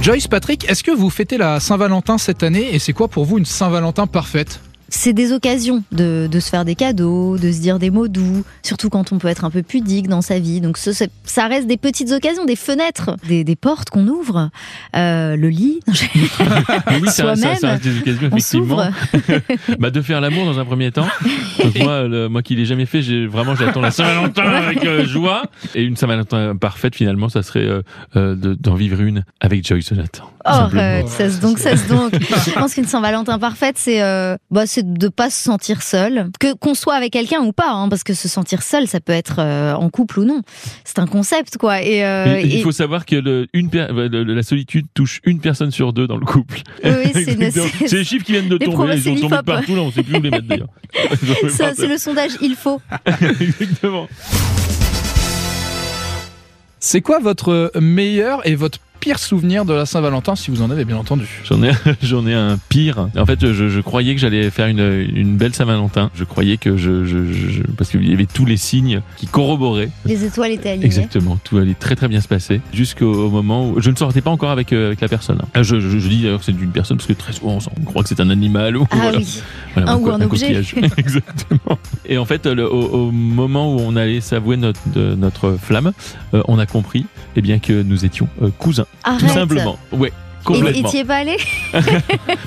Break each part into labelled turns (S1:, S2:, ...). S1: Joyce Patrick, est-ce que vous fêtez la Saint-Valentin cette année et c'est quoi pour vous une Saint-Valentin parfaite
S2: c'est des occasions de, de se faire des cadeaux, de se dire des mots doux, surtout quand on peut être un peu pudique dans sa vie. Donc ce- ce- ça reste des petites occasions, des fenêtres, des, des portes qu'on ouvre, euh, le lit,
S3: Oui, c'est un-
S2: Soi-même,
S3: c'est un- c'est une occasion,
S2: on
S3: effectivement.
S2: s'ouvre.
S3: Bah, de faire l'amour dans un premier temps. Donc, moi, le- moi qui l'ai jamais fait, j'ai vraiment j'attends la Saint-Valentin avec euh, joie. Et une Saint-Valentin parfaite, finalement, ça serait euh, euh, de- d'en vivre une avec Joyce Jonathan.
S2: Oh,
S3: simplement.
S1: euh,
S2: ça se donc, ça se donc. Je pense qu'une Saint-Valentin parfaite, c'est euh, bah, c'est de pas se sentir seul, que qu'on soit avec quelqu'un ou pas, hein, parce que se sentir seul, ça peut être euh, en couple ou non. C'est un concept, quoi. Et, euh,
S3: Et- et
S2: et-
S3: il faut savoir que le- une per- euh, le- le- la solitude touche une personne sur deux dans le couple.
S2: oui, oui, c'est une-
S3: Exactement.
S2: c'est-
S3: C'est les chiffres qui viennent de
S2: Les
S3: tomber.
S2: progrès,
S3: Ils
S2: c'est
S3: ont tombé de
S2: l'IFOP.
S3: partout, là, on ne sait plus où les mettre d'ailleurs. Ils ont tombé
S2: ça,
S3: par
S2: c'est le sondage. Il faut.
S3: terre. Exactement.
S1: C'est quoi votre meilleur et votre pire souvenir de la Saint-Valentin, si vous en avez bien entendu
S3: J'en ai, j'en ai un pire. En fait, je, je croyais que j'allais faire une, une belle Saint-Valentin. Je croyais que je, je- je- parce qu'il y avait tous les signes qui corroboraient.
S2: Les étoiles étaient alignées.
S3: Exactement, tout allait très très bien se passer jusqu'au au moment où je ne sortais pas encore avec euh, avec la personne. hein. Je, je- je dis d'ailleurs que c'est d'une personne parce que très souvent on s'en- on croit que c'est un animal ou
S2: Ah
S3: voilà.
S2: oui.
S3: Voilà,
S2: Un ou
S3: co-
S2: un objet.
S3: coquillage. Exactement. Et en fait, le- au, au moment où on allait s'avouer notre, de- notre flamme, euh, on a compris eh bien, que nous étions euh, cousins.
S2: Arrête.
S3: Tout simplement. Ouais,
S2: Et- Et
S3: complètement.
S2: t'y es pas allé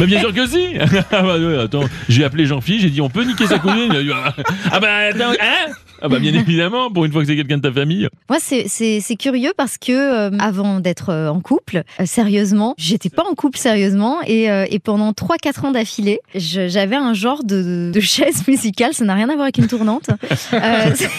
S3: Mais bien sûr que si Ah bah ouais, attends, j'ai appelé Jean-Philippe, j'ai dit on peut niquer sa cousine. Il a dit, ah, ah bah attends, hein Ah bah bien évidemment, pour une fois que c'est quelqu'un de ta famille.
S2: Moi, c'est- c'est c'est curieux parce que euh, avant d'être euh, en couple, euh, sérieusement, j'étais pas en couple sérieusement et, euh, et pendant 3-4 ans d'affilée, je- j'avais un genre de, de chaise musicale. Ça n'a rien à voir avec une tournante. Euh, c'est-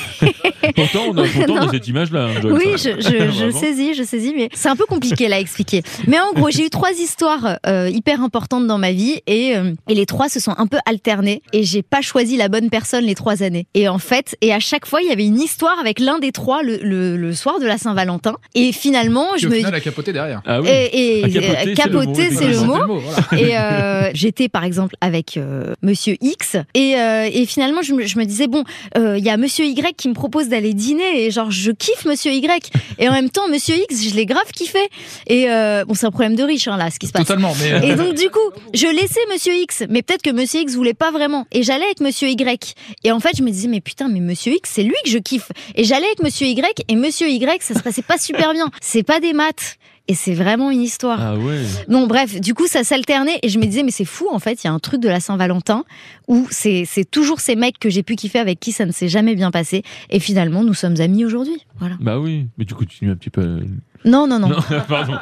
S3: Pourtant, on a,
S2: Ouais,
S3: pourtant, on a
S2: non.
S3: cette image-là. hein, Joyce.
S2: oui, je, je, je
S3: Vraiment.
S2: saisis, je saisis, mais c'est un peu compliqué là à expliquer. Mais en gros, j'ai eu trois histoires euh, hyper importantes dans ma vie et, euh, et les trois se sont un peu alternées et j'ai pas choisi la bonne personne les trois années. Et en fait, et à chaque fois, il y avait une histoire avec l'un des trois le, le- le soir de la Saint-Valentin. Et finalement, je
S1: Qui au
S2: me
S1: final a capoté derrière.
S3: Ah oui.
S2: et, et-
S3: Ah, capoter,
S2: euh, capoter, c'est
S3: c'est le mot,
S2: le
S1: Voilà,
S2: mot.
S1: c'était voilà.
S2: Et euh, j'étais par exemple avec euh, Monsieur X et, euh, et finalement je me, je me disais bon euh, il y a Monsieur Y qui me propose d'aller dîner et genre je kiffe Monsieur Y et en même temps Monsieur X je l'ai grave kiffé et euh, bon c'est un problème de riche hein, là ce qui se passe.
S1: Totalement, mais euh,
S2: Et donc du coup, je laissais Monsieur X, mais peut-être que Monsieur X voulait pas vraiment. Et j'allais avec Monsieur Y. Et en fait, je me disais mais putain, mais Monsieur X, c'est lui que je kiffe. Et j'allais avec Monsieur Y et Monsieur Y, ça se passait pas super bien. C'est pas des maths. Et c'est vraiment une histoire.
S3: Ah ouais.
S2: Bon, bref, du coup, ça s'alternait et je me disais, mais c'est fou, en fait, il y a un truc de la Saint-Valentin où c'est c'est toujours ces mecs que j'ai pu kiffer avec qui ça ne s'est jamais bien passé. Et finalement, nous sommes amis aujourd'hui. Voilà.
S3: Bah oui. Mais tu continues un petit peu.
S2: Non, non, non.
S3: pardon.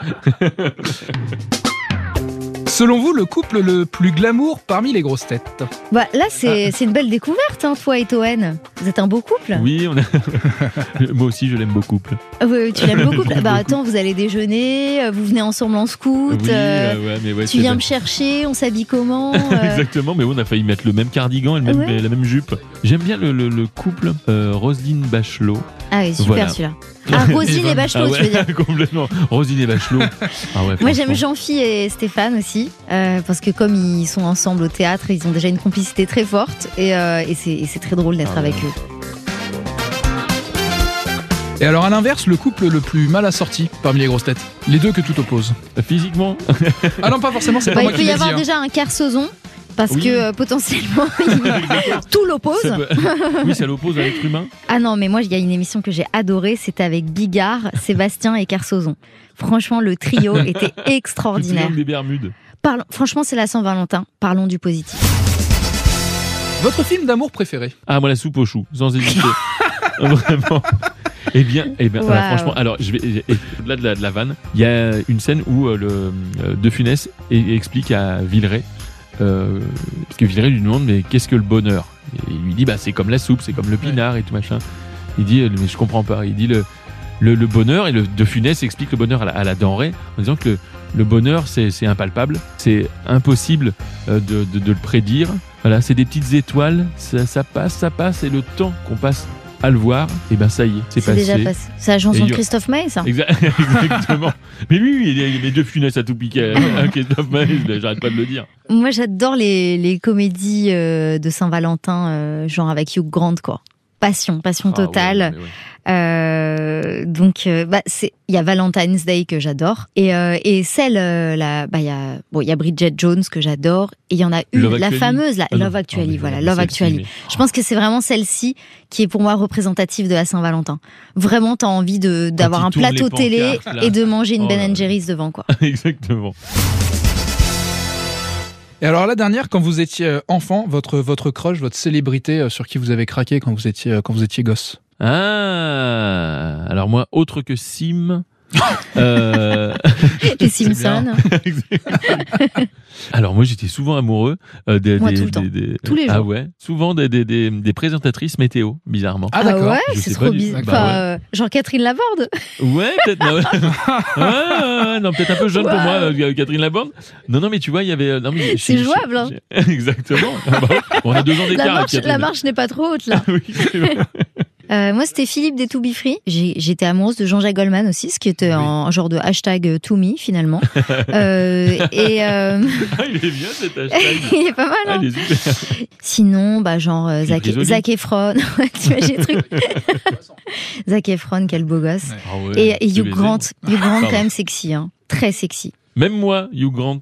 S1: selon vous, le couple le plus glamour parmi les grosses têtes
S2: Bah, là, c'est c'est une belle découverte, hein, toi et Toen. Vous êtes un beau couple.
S3: Ah. Oui, on a- moi aussi, je l'aime beaucoup. couple.
S2: Ah oui, oui, tu l'aimes beaucoup.
S3: Beaucoup.
S2: Bah, attends, vous allez déjeuner, euh, vous venez ensemble en
S3: Oui,
S2: scout. euh,
S3: ouais, ouais, mais ouais,
S2: tu
S3: c'est
S2: viens
S3: vrai.
S2: me chercher, on s'habille comment euh, Ah
S3: Exactement, mais on a failli mettre le même cardigan et le même-
S2: Ouais.
S3: la même jupe. J'aime bien le, le- le couple euh, Roselyne Bachelot.
S2: Ah oui, super
S3: Voilà.
S2: celui-là. Ah, Roselyne et Bachelot,
S3: Ah ouais,
S2: tu veux dire.
S3: Complètement. Rosine et Bachelot. Ah ouais,
S2: Moi
S3: franchement.
S2: j'aime Jean-Phi et Stéphane aussi, euh, parce que comme ils sont ensemble au théâtre, ils ont déjà une complicité très forte et, euh, et c'est et c'est très drôle d'être
S3: Ah
S2: avec
S3: ouais.
S2: eux.
S1: Et alors à l'inverse, le couple le plus mal assorti parmi les grosses têtes Les deux que tout oppose.
S3: Physiquement,
S1: Ah non, pas forcément, c'est
S2: Bah,
S1: pas moi
S2: il peut
S1: qui
S2: y
S1: l'ai dit.
S2: avoir
S1: hein.
S2: déjà un carcezon, parce
S3: Oui.
S2: que euh, potentiellement il- tout l'oppose.
S3: ça peut- oui, ça l'oppose à l'être humain.
S2: Ah non, mais moi il y a une émission que j'ai adorée, c'était avec Bigard, Sébastien et Carsozon. Franchement, le trio était
S3: Le
S2: extraordinaire.
S3: triangle des Bermudes.
S2: Parlons- franchement, c'est la Saint-Valentin. Parlons du positif.
S1: Votre film d'amour préféré
S3: Ah, moi, la soupe aux choux, sans hésiter. Vraiment. Eh bien, eh bien voilà,
S2: Waouh.
S3: franchement, alors, je vais, eh, au-delà de la, de la vanne, il y a une scène où euh, le, euh, De Funès e- explique à Villeray, euh, parce que Villeray lui demande, mais qu'est-ce que le bonheur Et il lui dit, bah, c'est comme la soupe, c'est comme le pinard et tout machin. Il dit, euh, mais je comprends pas. Il dit, le, le, le bonheur, et le, De Funès explique le bonheur à la, à la denrée, en disant que le, le bonheur, c'est c'est impalpable, c'est impossible euh, de, de- de le prédire. Voilà, c'est des petites étoiles, ça, ça passe, ça passe, et le temps qu'on passe à le voir, et ben ça y est, c'est
S2: C'est
S3: passé.
S2: déjà passé. C'est la
S3: Et
S2: chanson
S3: il
S2: de
S3: y a-
S2: Christophe May, ça
S3: Exa- Exactement. Mais lui, oui, il y a- il y a les deux funesses à tout piquer. hein, Christophe Maé, je- j'arrête pas de le dire.
S2: Moi, j'adore les, les comédies euh, de Saint-Valentin, euh, genre avec Hugh Grant, quoi. passion, passion
S3: Ah ouais,
S2: totale.
S3: non, mais ouais.
S2: Euh, donc, euh, bah, c'est il y a Valentine's Day que j'adore et, euh, et celle euh, là, bah il y a bon il y a Bridget Jones que j'adore et il y en a une
S3: Love
S2: la
S3: Actually.
S2: fameuse la
S3: Ah non.
S2: Love
S3: Ah, mais
S2: Actually voilà
S3: mais
S2: Love
S3: celle-ci,
S2: Actually.
S3: mais-
S2: Je pense que c'est vraiment celle-ci qui est pour moi représentative de la Saint-Valentin. Vraiment, t'as envie de d'avoir
S3: ils
S2: un
S3: tournent les
S2: plateau télé
S3: pancartes, là.
S2: et de manger une
S3: Oh là
S2: Ben
S3: là.
S2: Jerry's devant quoi.
S3: Exactement.
S1: Et alors la dernière, quand vous étiez euh, enfant, votre votre crush, votre célébrité euh, sur qui vous avez craqué quand vous étiez euh, quand vous étiez gosse.
S3: Ah Alors moi, autre que Sim. euh,
S2: Les Simpsons,
S3: Alors moi j'étais souvent amoureux euh, des,
S2: Moi,
S3: des-
S2: tout le temps.
S3: des- des-
S2: Tous les
S3: Ah
S2: jours.
S3: ouais, souvent des, des, des, des présentatrices météo, bizarrement.
S1: Ah
S2: ah
S1: d'accord.
S2: ouais,
S3: Je
S2: c'est
S3: sais
S2: trop
S3: pas du-
S2: bizarre.
S3: bah
S2: Enfin, euh, genre Catherine Laborde.
S3: Ouais, peut-être. non, ouais, ouais, ouais, non, peut-être un peu jeune pour moi, euh, Catherine Laborde. Non, non, mais tu vois, il y avait. euh, non, mais
S2: C'est
S3: j'ai-
S2: jouable, hein.
S3: j'ai- Exactement. Ah bah oui. on a deux ans d'écart.
S2: La
S3: avec
S2: marche, la
S3: Catherine. Ah
S2: marche n'est pas trop haute là.
S3: Oui, c'est vrai.
S2: Euh, moi, c'était Philippe des To Be Free. J'ai- J'étais amoureuse de Jean-Jacques Goldman aussi, ce qui était
S1: Oui.
S2: un genre de hashtag euh, To Me finalement. Euh, et euh,
S3: Ah, il est bien cet hashtag.
S2: il est pas mal. hein.
S3: Allez, super.
S2: Sinon, bah, genre euh, Zac,
S3: Prisoli.
S2: Zac Efron. Ouais, T'imagines le truc Zac Efron, quel beau gosse.
S3: Ah ouais,
S2: et et
S3: tu
S2: Hugh
S3: les
S2: Grant.
S3: aimes.
S2: Hugh Grant, quand
S3: Pardon.
S2: même sexy. Hein. Très sexy.
S3: Même moi, Hugh Grant.